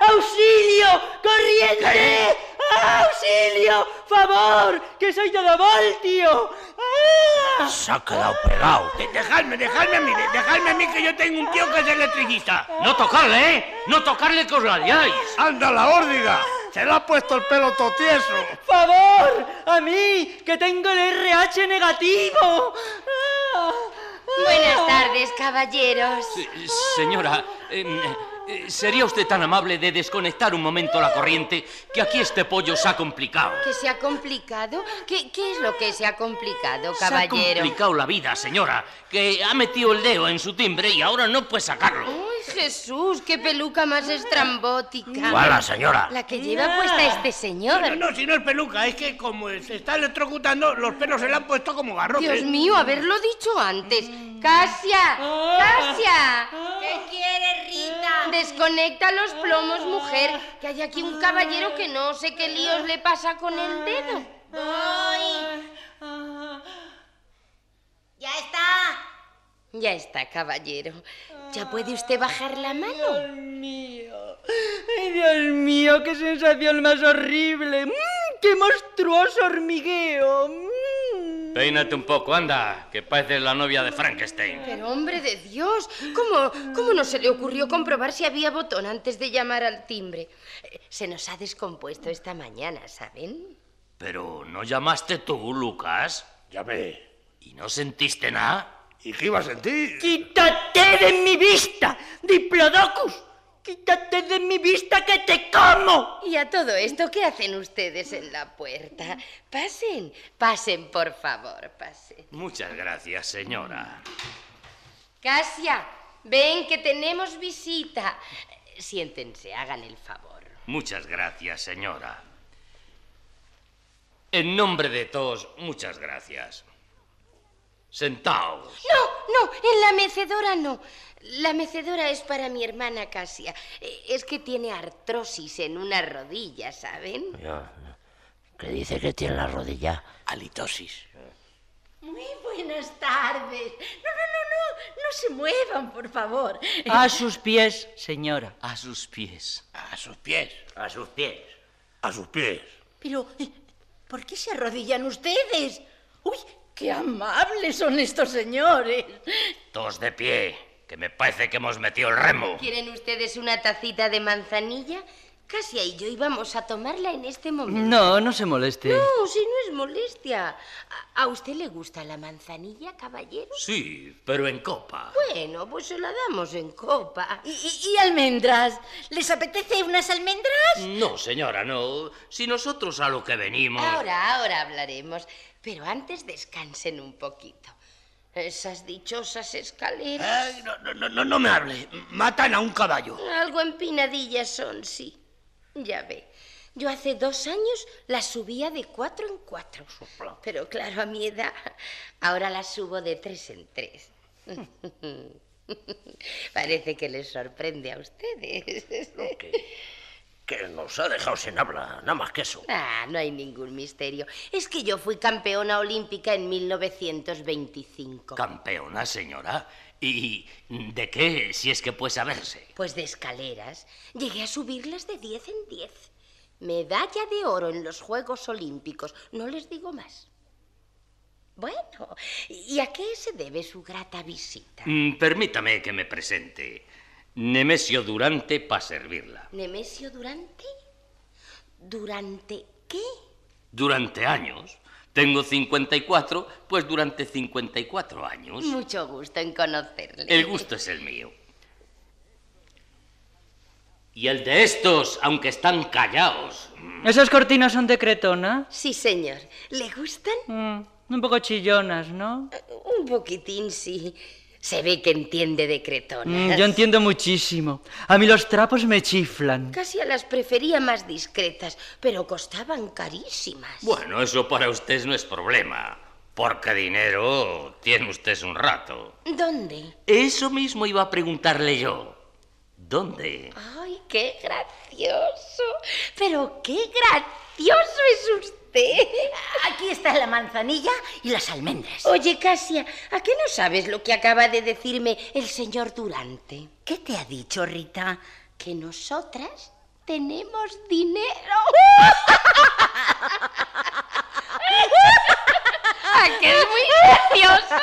¡Auxilio! ¡Corriente! ¡Auxilio! ¡Favor! ¡Que soy todo voltio! ¡Ah!
Se ha quedado pegado.
De- Dejadme, dejadme a mí, de- dejadme a mí que yo tengo un tío que es electricista.
¡No tocarle, eh! ¡No tocarle que os la liáis!
¡Anda la órdiga! ¡Se le ha puesto el pelo totieso!
¡Favor! ¡A mí! ¡Que tengo el RH negativo! Ah,
Oh.
Buenas tardes, caballeros.
Eh, Señora, em, eh, ¿sería usted tan amable de desconectar un momento la corriente? Que aquí este pollo se ha complicado.
¿Que se ha complicado? ¿Qué, qué es lo que se ha complicado,
Se ha
caballero?
complicado la vida, señora, que ha metido el dedo en su timbre y ahora no puede sacarlo.
¡Ay, Jesús! ¡Qué peluca más estrambótica!
¿Cuál, Mm. la señora?
La que lleva puesta este señor.
No, no, no, si no es peluca, es que como se está electrocutando, los pelos se le han puesto como garrotes.
¿eh?
Dios mío, haberlo dicho antes. ¡Casia! ¡Casia! ¿Qué quiere Rita? Desconecta los plomos, mujer, que hay aquí un caballero que no sé qué líos le pasa con el dedo.
¡Ya está!
Ya está, caballero. ¿Ya puede usted bajar la mano?
¡Ay, Dios mío! ¡Qué sensación más horrible! ¡Mmm, ¡Qué monstruoso hormigueo! Mm.
Peínate un poco, anda, que pareces la novia de Frankenstein.
Pero hombre de Dios, ¿cómo, ¿cómo no se le ocurrió comprobar si había botón antes de llamar al timbre? Eh, Se nos ha descompuesto esta mañana, ¿saben?
Pero no llamaste tú, Lucas.
Llamé.
¿Y no sentiste nada?
¿Y qué iba a sentir?
¡Quítate de mi vista, Diplodocus! ¡Quítate de mi vista que te como!
Y a todo esto, ¿qué hacen ustedes en la puerta? Pasen, pasen, por favor, pasen.
Muchas gracias, señora.
Casia, ven que tenemos visita. Siéntense, hagan el favor.
Muchas gracias, señora. En nombre de todos, muchas gracias. Sentaos.
No, no, en la mecedora no. La mecedora es para mi hermana Casia. Eh, Es que tiene artrosis en una rodilla, ¿saben?
¿Qué dice que tiene la rodilla? Halitosis.
Muy buenas tardes. No, no, no, no, no se muevan, por favor. Eh,
A sus pies, señora.
A sus pies.
A sus pies. A sus pies. A sus pies.
Pero, eh, ¿por qué se arrodillan ustedes? ¡Uy, qué amables son estos señores!
Todos de pie, que me parece que hemos metido el remo.
¿Quieren ustedes una tacita de manzanilla? Casia y yo íbamos a tomarla en este momento.
No, no se moleste.
No, si no es molestia. ¿A a usted le gusta la manzanilla, caballero?
Sí, pero en copa.
Bueno, pues se la damos en copa.
¿Y, y- y almendras? ¿Les apetece unas almendras?
No, señora, no. Si nosotros a lo que venimos.
Ahora, ahora hablaremos. Pero antes descansen un poquito. Esas dichosas escaleras.
Ay, no, no, no, no, no me hable. Matan a un caballo.
Algo empinadillas son, sí. Ya ve. Yo hace dos años las subía de cuatro en cuatro. Pero claro, a mi edad, ahora las subo de tres en tres. Parece que les sorprende a ustedes.
Que nos ha dejado sin habla, nada más que eso.
Ah, no hay ningún misterio. Es que yo fui campeona olímpica en 1925.
Campeona, señora. ¿Y de qué, si es que puede saberse?
Pues de escaleras. Llegué a subirlas de 10 en 10. Medalla de oro en los Juegos Olímpicos. No les digo más. Bueno, ¿y a qué se debe su grata visita?
Mm, Permítame que me presente. Nemesio Durante para servirla.
¿Nemesio Durante? ¿Durante qué?
Durante años. Tengo 54, pues durante 54 años.
Mucho gusto en conocerle.
El gusto es el mío. Y el de estos, aunque están callados.
¿Esas cortinas son de cretona?
Sí, señor. ¿Le gustan?
un poco chillonas, ¿no?
Un poquitín, sí. Se ve que entiende de cretonas.
Mm, yo entiendo muchísimo. A mí los trapos me chiflan.
Casi a las prefería más discretas, pero costaban carísimas.
Bueno, eso para usted no es problema. Porque dinero tiene usted un rato.
¿Dónde?
Eso mismo iba a preguntarle yo. ¿Dónde?
¡Ay, qué gracioso! Pero qué gracioso es usted.
Aquí está la manzanilla y las almendras.
Oye, Casia, ¿a qué no sabes lo que acaba de decirme el señor Durante?
¿Qué te ha dicho, Rita?
Que nosotras tenemos dinero. ¡Ah, que es muy gracioso!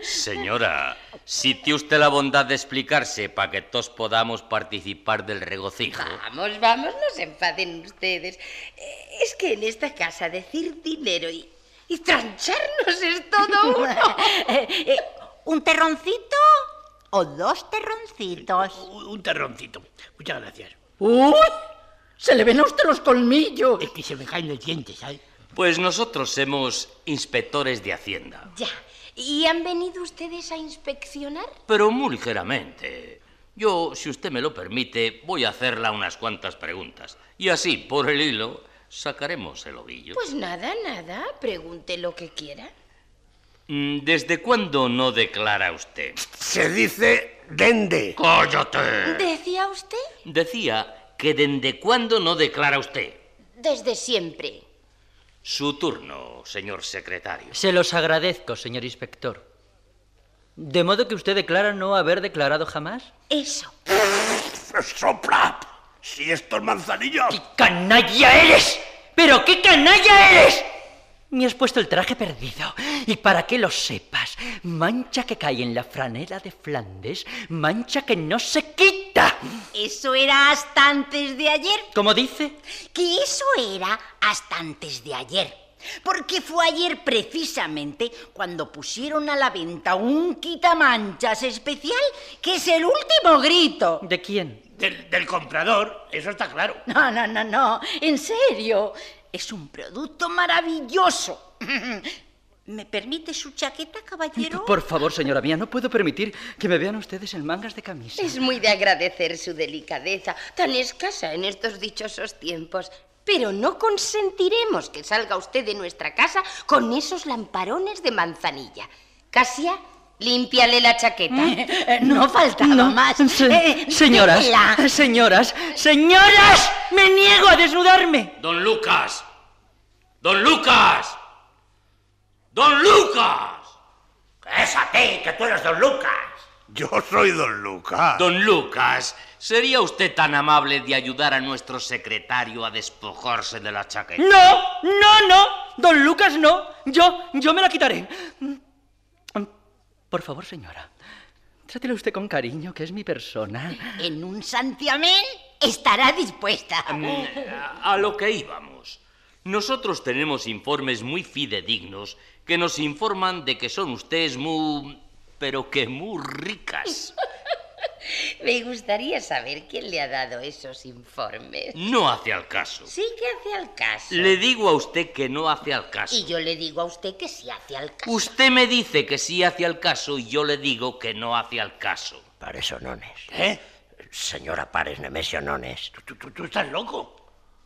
Señora, si tiene usted la bondad de explicarse para que todos podamos participar del regocijo.
Vamos, vamos, no se enfaden ustedes. Eh, Es que en esta casa decir dinero y, y trancharnos es todo uno. eh,
¿Un terroncito o dos terroncitos?
Un terroncito. Muchas gracias.
¡Uy! Se le ven a usted los colmillos.
Es que se me caen los dientes, ¿sabes?
Pues nosotros somos inspectores de Hacienda,
Ya. ¿Y han venido ustedes a inspeccionar?
pero muy ligeramente. Yo, si usted me lo permite, voy a hacerla unas cuantas preguntas. Y así, por el hilo, sacaremos el ovillo.
Pues nada, nada. Pregunte lo que quiera.
Mm, ¿Desde cuándo no declara usted?
Se dice dende.
¡Cállate!
¿Decía usted?
Decía que desde cuándo no declara usted.
Desde siempre.
Su turno, señor secretario.
Se los agradezco, señor inspector. ¿De modo que usted declara no haber declarado jamás?
Eso.
¡Sopla! Si estos manzanillos.
¡Canalla eres! ¡Pero qué canalla eres! Me has puesto el traje perdido. Y para que lo sepas, mancha que cae en la franela de Flandes, mancha que no se quita.
Eso era hasta antes de ayer.
Como dice,
Que eso era hasta antes de ayer. Porque fue ayer precisamente cuando pusieron a la venta un quitamanchas especial que es el último grito.
¿de quién?
Del, del comprador, eso está claro.
No, no, no, no, en serio. Es un producto maravilloso. ¿Me permite su chaqueta, caballero?
Por favor, señora mía, no puedo permitir que me vean ustedes en mangas de camisa.
Es muy de agradecer su delicadeza, tan escasa en estos dichosos tiempos. Pero no consentiremos que salga usted de nuestra casa con esos lamparones de manzanilla. Casia, límpiale la chaqueta.
Eh, No faltaba más.
Se-
Eh,
señoras,
tela.
señoras, señoras, me niego a desnudarme.
Don Lucas. Don Lucas. Don Lucas.
Es a ti, que tú eres don Lucas.
Yo soy don Lucas.
Don Lucas, ¿sería usted tan amable de ayudar a nuestro secretario a despojarse de la chaqueta?
No, no, no, don Lucas, no. Yo, yo me la quitaré. Por favor, señora, trátela usted con cariño, que es mi persona.
En un santiamén estará dispuesta.
A a lo que íbamos. Nosotros tenemos informes muy fidedignos que nos informan de que son ustedes muy... pero que muy ricas.
Me gustaría saber quién le ha dado esos informes.
No hace al caso.
Sí que hace al caso.
Le digo a usted que no hace al caso.
Y yo le digo a usted que sí hace al caso.
Usted me dice que sí hace al caso y yo le digo que no hace al caso.
Pares o nones. ¿Eh? Señora Pares Nemesio Nones.
¿Tú, tú- tú estás loco?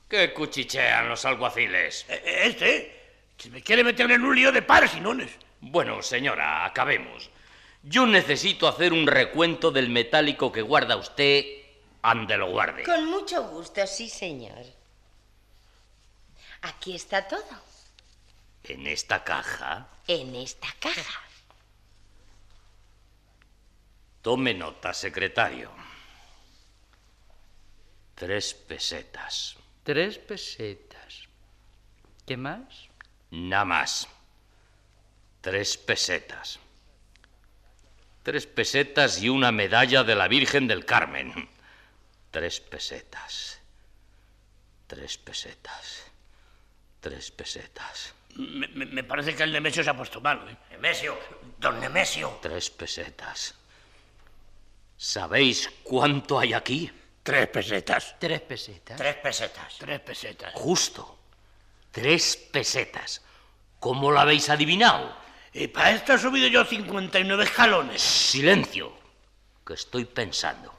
¿Qué cuchichean los alguaciles?
Eh, eh, Este, si me quiere meter en un lío de pares y nones.
Bueno, señora, acabemos. Yo necesito hacer un recuento del metálico que guarda usted, ande lo guarde.
Con mucho gusto, sí, señor. Aquí está todo,
En esta caja,
en esta caja.
tome nota, secretario. Tres pesetas.
Tres pesetas. ¿Qué más?
Nada más. Tres pesetas. Tres pesetas y una medalla de la Virgen del Carmen. Tres pesetas. Tres pesetas. Tres pesetas.
Me, me- me parece que el Nemesio se ha puesto mal. ¿eh?
Nemesio, don Nemesio.
Tres pesetas. ¿Sabéis cuánto hay aquí?
Tres pesetas.
Tres pesetas.
Tres pesetas.
Tres pesetas.
Justo. Tres pesetas. ¿Cómo lo habéis adivinado?
Y para esto he subido yo 59 escalones.
Silencio, que estoy pensando.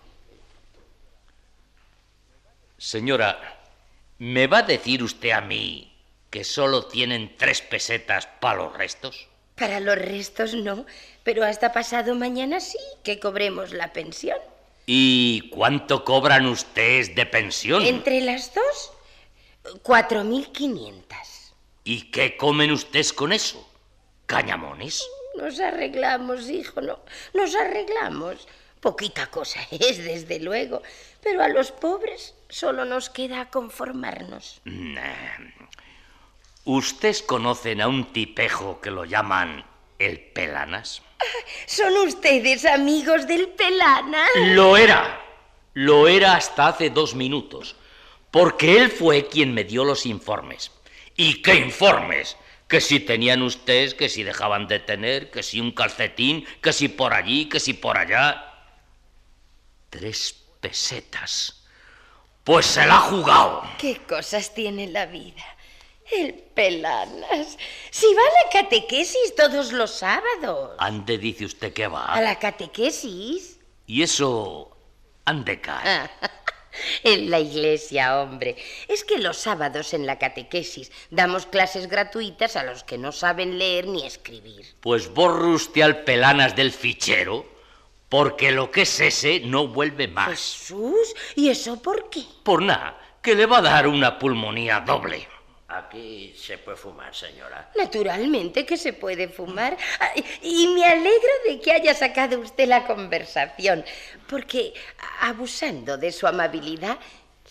Señora, ¿me va a decir usted a mí que solo tienen tres pesetas para los restos?
Para los restos no, pero hasta pasado mañana sí que cobremos la pensión.
¿Y cuánto cobran ustedes de pensión?
Entre las dos, 4.500.
¿Y qué comen ustedes con eso? ¿Cañamones?
Nos arreglamos, hijo, no, nos arreglamos. Poquita cosa es, desde luego, pero a los pobres solo nos queda conformarnos.
Nah. ¿Ustedes conocen a un tipejo que lo llaman el pelanas?
¿Son ustedes amigos del Pelana?
Lo era. Lo era hasta hace dos minutos. Porque él fue quien me dio los informes. ¿Y qué informes? Que si tenían ustedes, que si dejaban de tener, que si un calcetín, que si por allí, que si por allá. Tres pesetas. Pues se la ha jugado.
¿Qué cosas tiene la vida? El Pelanas. Si va a la catequesis todos los sábados.
Ande dice usted que va.
¿A la catequesis?
Y eso, ande cae.
Ah, en la iglesia, hombre. Es que los sábados en la catequesis damos clases gratuitas a los que no saben leer ni escribir.
Pues borre usted al pelanas del fichero, porque lo que es ese no vuelve
Pues
más.
Jesús, ¿y eso por qué?
Por nada, que le va a dar una pulmonía doble.
Aquí se puede fumar, señora.
Naturalmente que se puede fumar. Ay, Y me alegro de que haya sacado usted la conversación, porque a- abusando de su amabilidad,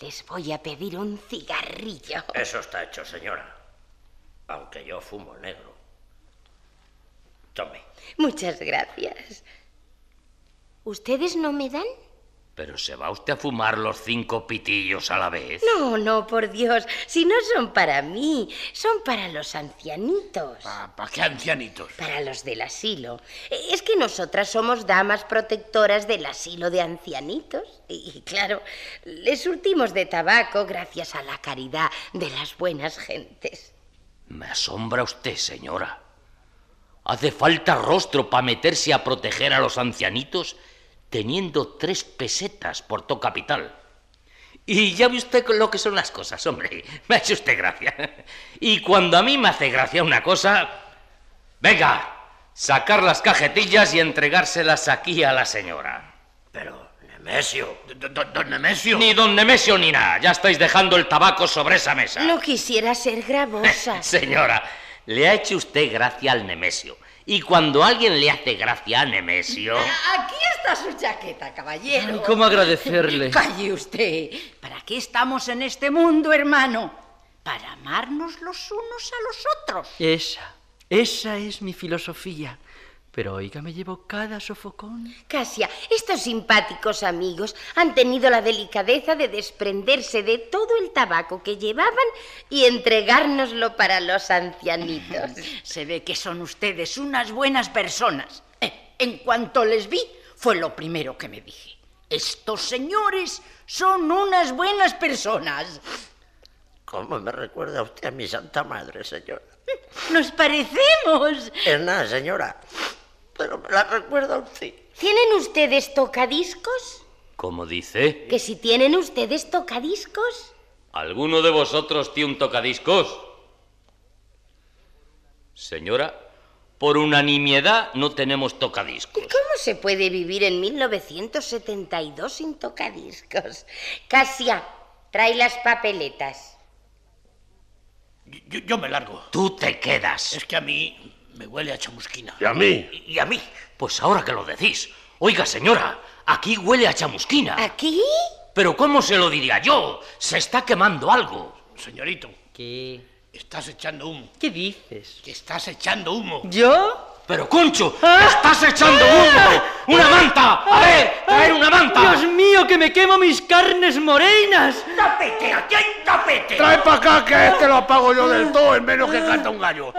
les voy a pedir un cigarrillo.
Eso está hecho, señora. Aunque yo fumo negro. Tome.
Muchas gracias. ¿Ustedes no me dan?
Pero se va usted a fumar los cinco pitillos a la vez.
No, no, por Dios, si no son para mí, son para los ancianitos.
¿Para qué ancianitos?
Para los del asilo. E, Es que nosotras somos damas protectoras del asilo de ancianitos. Y, y claro, les surtimos de tabaco gracias a la caridad de las buenas gentes.
Me asombra usted, señora. ¿Hace falta rostro para meterse a proteger a los ancianitos teniendo tres pesetas por todo capital? Y ya ve usted con lo que son las cosas, hombre. Me ha hecho usted gracia. Y cuando a mí me hace gracia una cosa... Venga, sacar las cajetillas y entregárselas aquí a la señora.
Pero, Nemesio.
Don Nemesio.
Ni don Nemesio ni nada. Ya estáis dejando el tabaco sobre esa mesa.
No quisiera ser gravosa.
Señora, le ha hecho usted gracia al Nemesio. Y cuando alguien le hace gracia a Nemesio...
Aquí está su chaqueta, caballero.
Ay, ¿Cómo agradecerle?
Calle usted. ¿Para qué estamos en este mundo, hermano? Para amarnos los unos a los otros.
Esa, esa es mi filosofía. Pero oiga, me llevo cada sofocón.
Casia, estos simpáticos amigos han tenido la delicadeza de desprenderse de todo el tabaco que llevaban y entregárnoslo para los ancianitos.
Se ve que son ustedes unas buenas personas. Eh, en cuanto les vi, fue lo primero que me dije. Estos señores son unas buenas personas.
¿Cómo me recuerda usted a mi santa madre, señora?
Nos parecemos.
Es nada, señora. Pero me la recuerda usted.
¿Tienen ustedes tocadiscos?
Como dice,
Que si tienen ustedes tocadiscos.
¿alguno de vosotros tiene un tocadiscos? Señora, por unanimidad no tenemos tocadiscos.
¿Cómo se puede vivir en 1972 sin tocadiscos? Casia, trae las papeletas.
Yo, yo me largo.
Tú te quedas.
Es que a mí me huele a chamusquina.
¿Y a mí?
Y a mí, pues ahora que lo decís. Oiga, señora, aquí huele a chamusquina.
¿Aquí?
Pero ¿cómo se lo diría yo? Se está quemando algo.
Señorito,
¿Qué?
Estás echando humo.
¿Qué dices?
Que estás echando humo.
¿Yo?
Pero, Concho,
¿Eh?
estás echando humo. ¡Una manta! A ver, traer una manta.
Dios mío, que me quemo mis carnes morenas.
¡Tapete! ¡Aquí hay un tapete! ¿Eh?
Trae para acá que este lo apago yo del todo en menos que canta un gallo.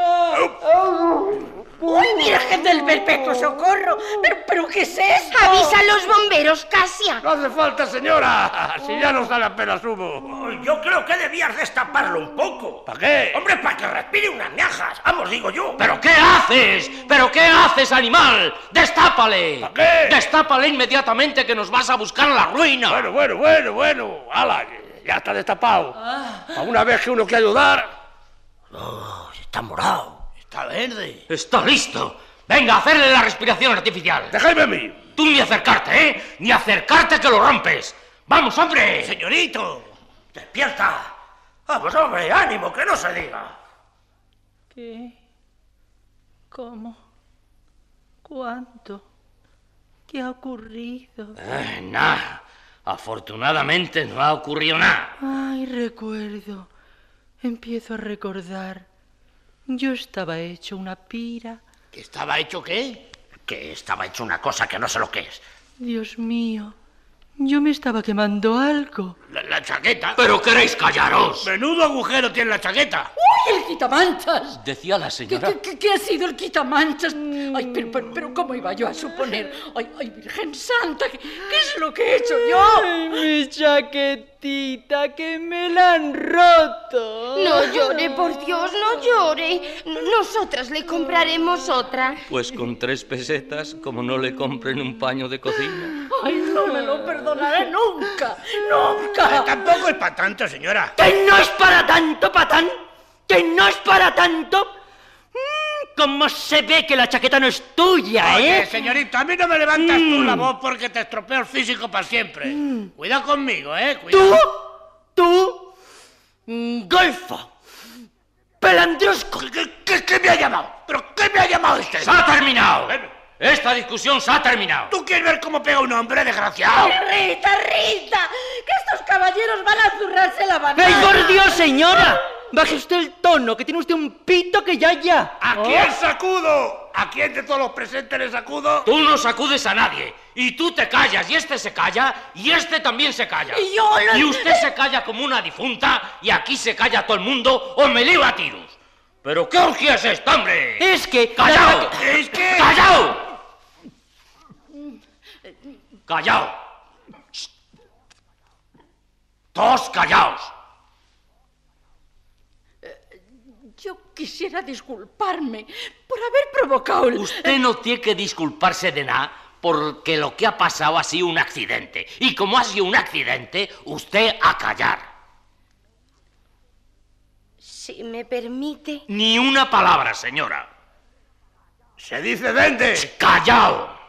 ¡Ay, Virgen del Perpetuo Socorro! ¿Pero, pero qué es esto?
¡Avisa a los bomberos, Casia!
¡No hace falta, señora! Si ya no sale apenas humo.
¿Eh? Yo creo que debías destaparlo un poco.
¿Para qué?
¡Hombre, para que respire unas miajas! ¡Vamos, digo yo!
¿Pero qué haces? ¿Pero qué haces, animal? ¡Destápale!
¿Para qué?
¡Destápale inmediatamente que nos vas a buscar a la ruina!
Bueno, bueno, bueno, bueno. ¡Hala! Ya está destapado.
Ah.
A una vez que uno quiere ayudar.
No, está morado.
Está verde.
Está listo. Venga, hacerle la respiración artificial.
Dejadme a mí.
Tú ni acercarte, ¿eh? Ni acercarte que lo rompes. Vamos, hombre.
Señorito, despierta. Vamos, hombre, ánimo, que no se diga.
¿Qué? ¿Cómo? ¿Cuánto? ¿Qué ha ocurrido?
Eh, nada. Afortunadamente no ha ocurrido nada.
Ay, recuerdo. Empiezo a recordar. Yo estaba hecho una pira.
¿Que estaba hecho qué?
Que estaba hecho una cosa que no sé lo que es.
Dios mío, yo me estaba quemando algo.
La, la chaqueta.
¿Pero queréis callaros?
Menudo agujero tiene la chaqueta.
¡Uy, el quitamanchas!
Decía la señora.
¿Qué, qué, qué ha sido el quitamanchas? Ay, pero, pero, pero, ¿cómo iba yo a suponer? Ay, ay Virgen Santa, ¿qué, ¿qué, es lo que he hecho yo?
Ay, mi chaquetita, que me la han roto.
No llore, por Dios, no llore. Nosotras le compraremos otra.
Pues con tres pesetas, como no le compren un paño de cocina.
Ay, no me lo perdonaré nunca, nunca.
Tampoco es para tanto, señora.
Que no es para tanto, patán. Que no es para tanto. Mm, ¿Cómo se ve que la chaqueta no es tuya,
Ah,
Oye,
eh?
señorito, a mí no me levantas tú
Mm.
la voz porque te estropeo el físico para siempre. Mm. Cuidado conmigo, eh.
Cuidado. Tú, tú, golfo, pelandrosco.
¿Qué, qué, qué me ha llamado? ¿Pero qué me ha llamado este?
¡Se ha terminado! Esta discusión se ha terminado.
¿Tú quieres ver cómo pega un hombre, desgraciado?
¡Rita, Rita! ¡Que estos caballeros van a zurrarse la banana!
¡Ay, por Dios, señora! Baje usted el tono, que tiene usted un pito que ya, ya.
¿A oh. quién sacudo? ¿A quién de todos los presentes le sacudo?
Tú no sacudes a nadie. Y tú te callas, y este se calla, y este también se calla.
Y yo no...
Y usted se calla como una difunta, y aquí se calla todo el mundo, o me lío a tiros. ¿Pero qué orgía es esta, hombre?
Es que...
¡Callao!
La... ¡Es que...!
¡Callao! ¡Callao! ¡Todos callaos!
Yo quisiera disculparme por haber provocado el...
Usted no tiene que disculparse de nada porque lo que ha pasado ha sido un accidente. Y como ha sido un accidente, usted a callar.
Si me permite...
Ni una palabra, señora.
Se dice dente.
¡Callao!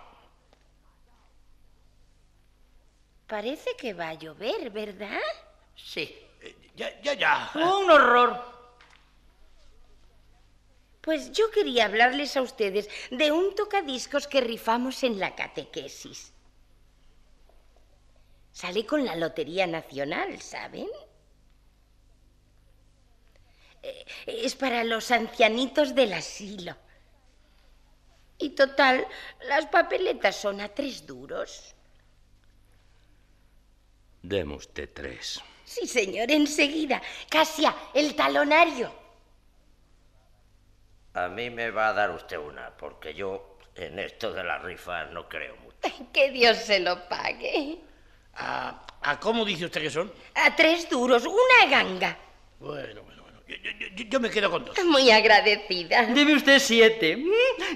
Parece que va a llover, ¿verdad?
Sí. Ya, ya, ya.
Oh, un horror.
Pues yo quería hablarles a ustedes de un tocadiscos que rifamos en la catequesis. Salí con la Lotería Nacional, ¿saben? Eh, Es para los ancianitos del asilo. Y total, las papeletas son a tres duros.
Deme usted tres.
Sí, señor, enseguida. Casia, el talonario.
A mí me va a dar usted una, Ah, porque yo en esto de las rifas no creo mucho.
Que Dios se lo pague.
¿A, a cómo dice usted que son?
A tres duros, una ganga.
Bueno, bueno, bueno. Yo, yo, yo me quedo con dos.
Muy agradecida.
Deme usted siete.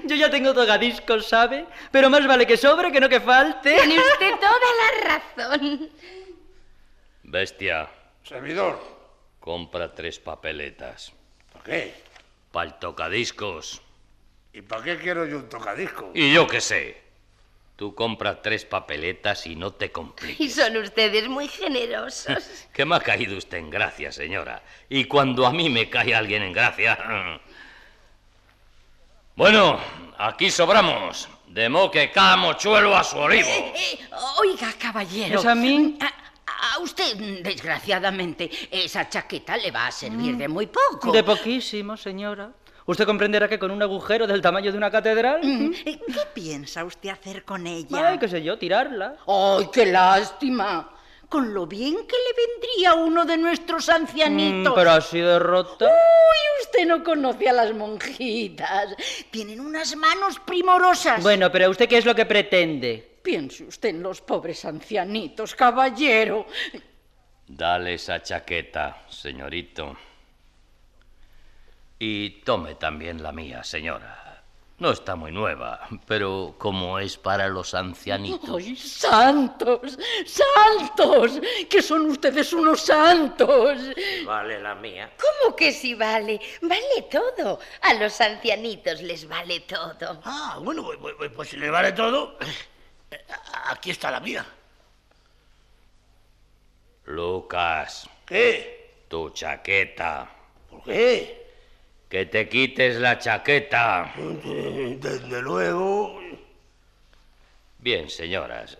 Yo ya tengo togadiscos, ¿sabe? Pero más vale que sobre que no que falte.
Tiene usted toda la razón.
Bestia.
Servidor.
Compra tres papeletas.
¿Para qué?
Para el tocadiscos.
¿Y para qué quiero yo un tocadiscos?
Y yo qué sé. Tú compra tres papeletas y no te compliques.
Y son ustedes muy generosos.
que me ha caído usted en gracia, señora. Y cuando a mí me cae alguien en gracia. bueno, aquí sobramos. De modo que cada mochuelo a su olivo.
Eh, eh, oiga, caballero.
¿Es a mí?
A
A usted, desgraciadamente, esa chaqueta le va a servir de muy poco.
De poquísimo, señora. Usted comprenderá que con un agujero del tamaño de una catedral...
Mm.
Eh, ¿Qué piensa usted hacer con ella?
Ay, qué sé yo, tirarla.
Oh,
¡Ay, qué lástima! Con lo bien que le vendría a uno de nuestros ancianitos.
Mm, pero así de rota.
Uy, usted no conoce a las monjitas.
Tienen unas manos primorosas.
Bueno, pero ¿usted qué es lo que pretende?
Piense usted en los pobres ancianitos, caballero.
Dale esa chaqueta, señorito. Y tome también la mía, señora. No está muy nueva, pero como es para los ancianitos.
¡Ay, santos! ¡Santos! ¡Que son ustedes unos santos!
Vale la mía.
¿Cómo que si vale? Vale todo. A los ancianitos les vale todo.
Ah, bueno, pues, pues, pues si les vale todo, eh, aquí está la mía.
Lucas,
¿Qué?
tu chaqueta.
¿Por qué?
Que te quites la chaqueta.
Desde luego.
Bien, señoras.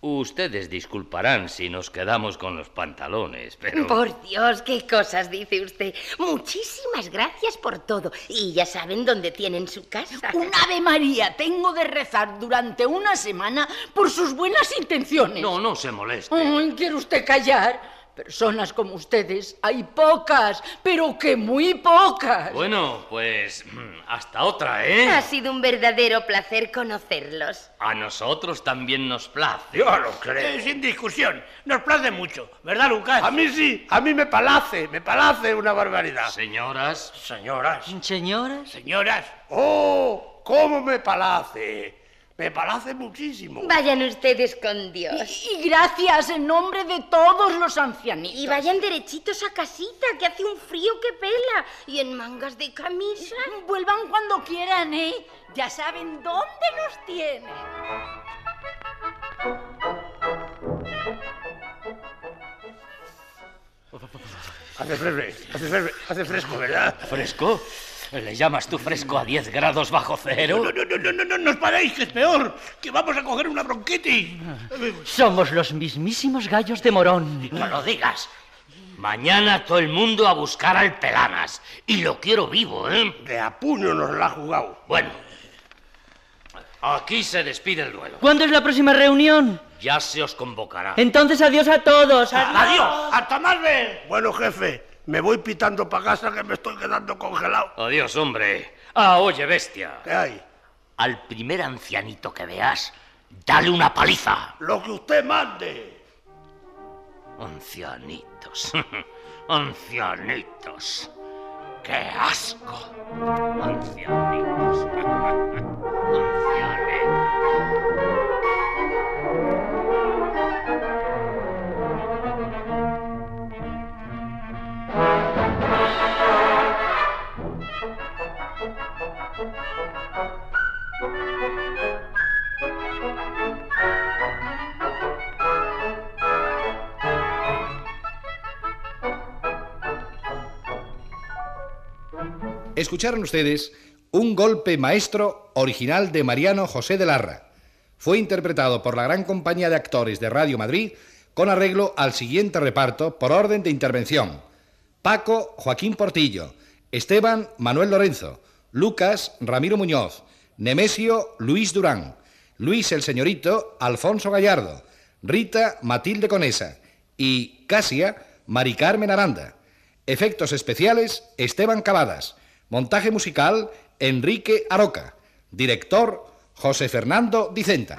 Ustedes disculparán si nos quedamos con los pantalones, pero...
Por Dios, qué cosas dice usted. Muchísimas gracias por todo. Y ya saben dónde tienen su casa.
Un Ave María tengo de rezar durante una semana por sus buenas intenciones.
No, no se moleste.
Ay, ¿Quiere usted callar? Personas como ustedes hay pocas, pero que muy pocas.
Bueno, pues hasta otra, ¿eh?
Ha sido un verdadero placer conocerlos.
A nosotros también nos place.
Yo lo creo.
Eh, sin discusión, nos place mucho, ¿verdad, Lucas?
A mí sí, a mí me palace, me palace una barbaridad.
Señoras.
Señoras.
Señoras.
Señoras.
¡Oh! ¿Cómo me palace? Me palace muchísimo.
Vayan ustedes con Dios.
Y, y gracias en nombre de todos los ancianitos.
Y vayan derechitos a casita, que hace un frío que pela. Y en mangas de camisa.
Vuelvan cuando quieran, ¿eh? Ya saben dónde nos tienen.
Hace fresco, hace fresco, hace fresco, ¿verdad?
¿Fresco? ¿Le llamas tú fresco a 10 grados bajo cero?
No, no, no, no, no, no, no os paréis, que es peor, que vamos a coger una bronquitis.
Somos los mismísimos gallos de Morón.
No lo digas. Mañana todo el mundo a buscar al Pelanas. Y lo quiero vivo, ¿eh?
De apuño nos la ha jugado.
Bueno, aquí se despide el duelo.
¿Cuándo es la próxima reunión?
Ya se os convocará.
Entonces adiós a todos.
Adiós, hasta más ver.
Bueno, jefe, me voy pitando para casa que me estoy quedando congelado.
Adiós, hombre. Ah, oye, bestia.
¿Qué hay?
Al primer ancianito que veas, dale una paliza.
Lo que usted mande.
Ancianitos. ancianitos. ¡Qué asco! Ancianitos. ancianitos.
Escucharon ustedes un golpe maestro original de Mariano José de Larra. Fue interpretado por la gran compañía de actores de Radio Madrid con arreglo al siguiente reparto por orden de intervención. Paco Joaquín Portillo, Esteban Manuel Lorenzo, Lucas Ramiro Muñoz, Nemesio Luis Durán, Luis el Señorito Alfonso Gallardo, Rita Matilde Conesa y Casia Mari Carmen Aranda. Efectos especiales Esteban Cavadas. Montaje musical, Enrique Aroca. Director, José Fernando Dicenta.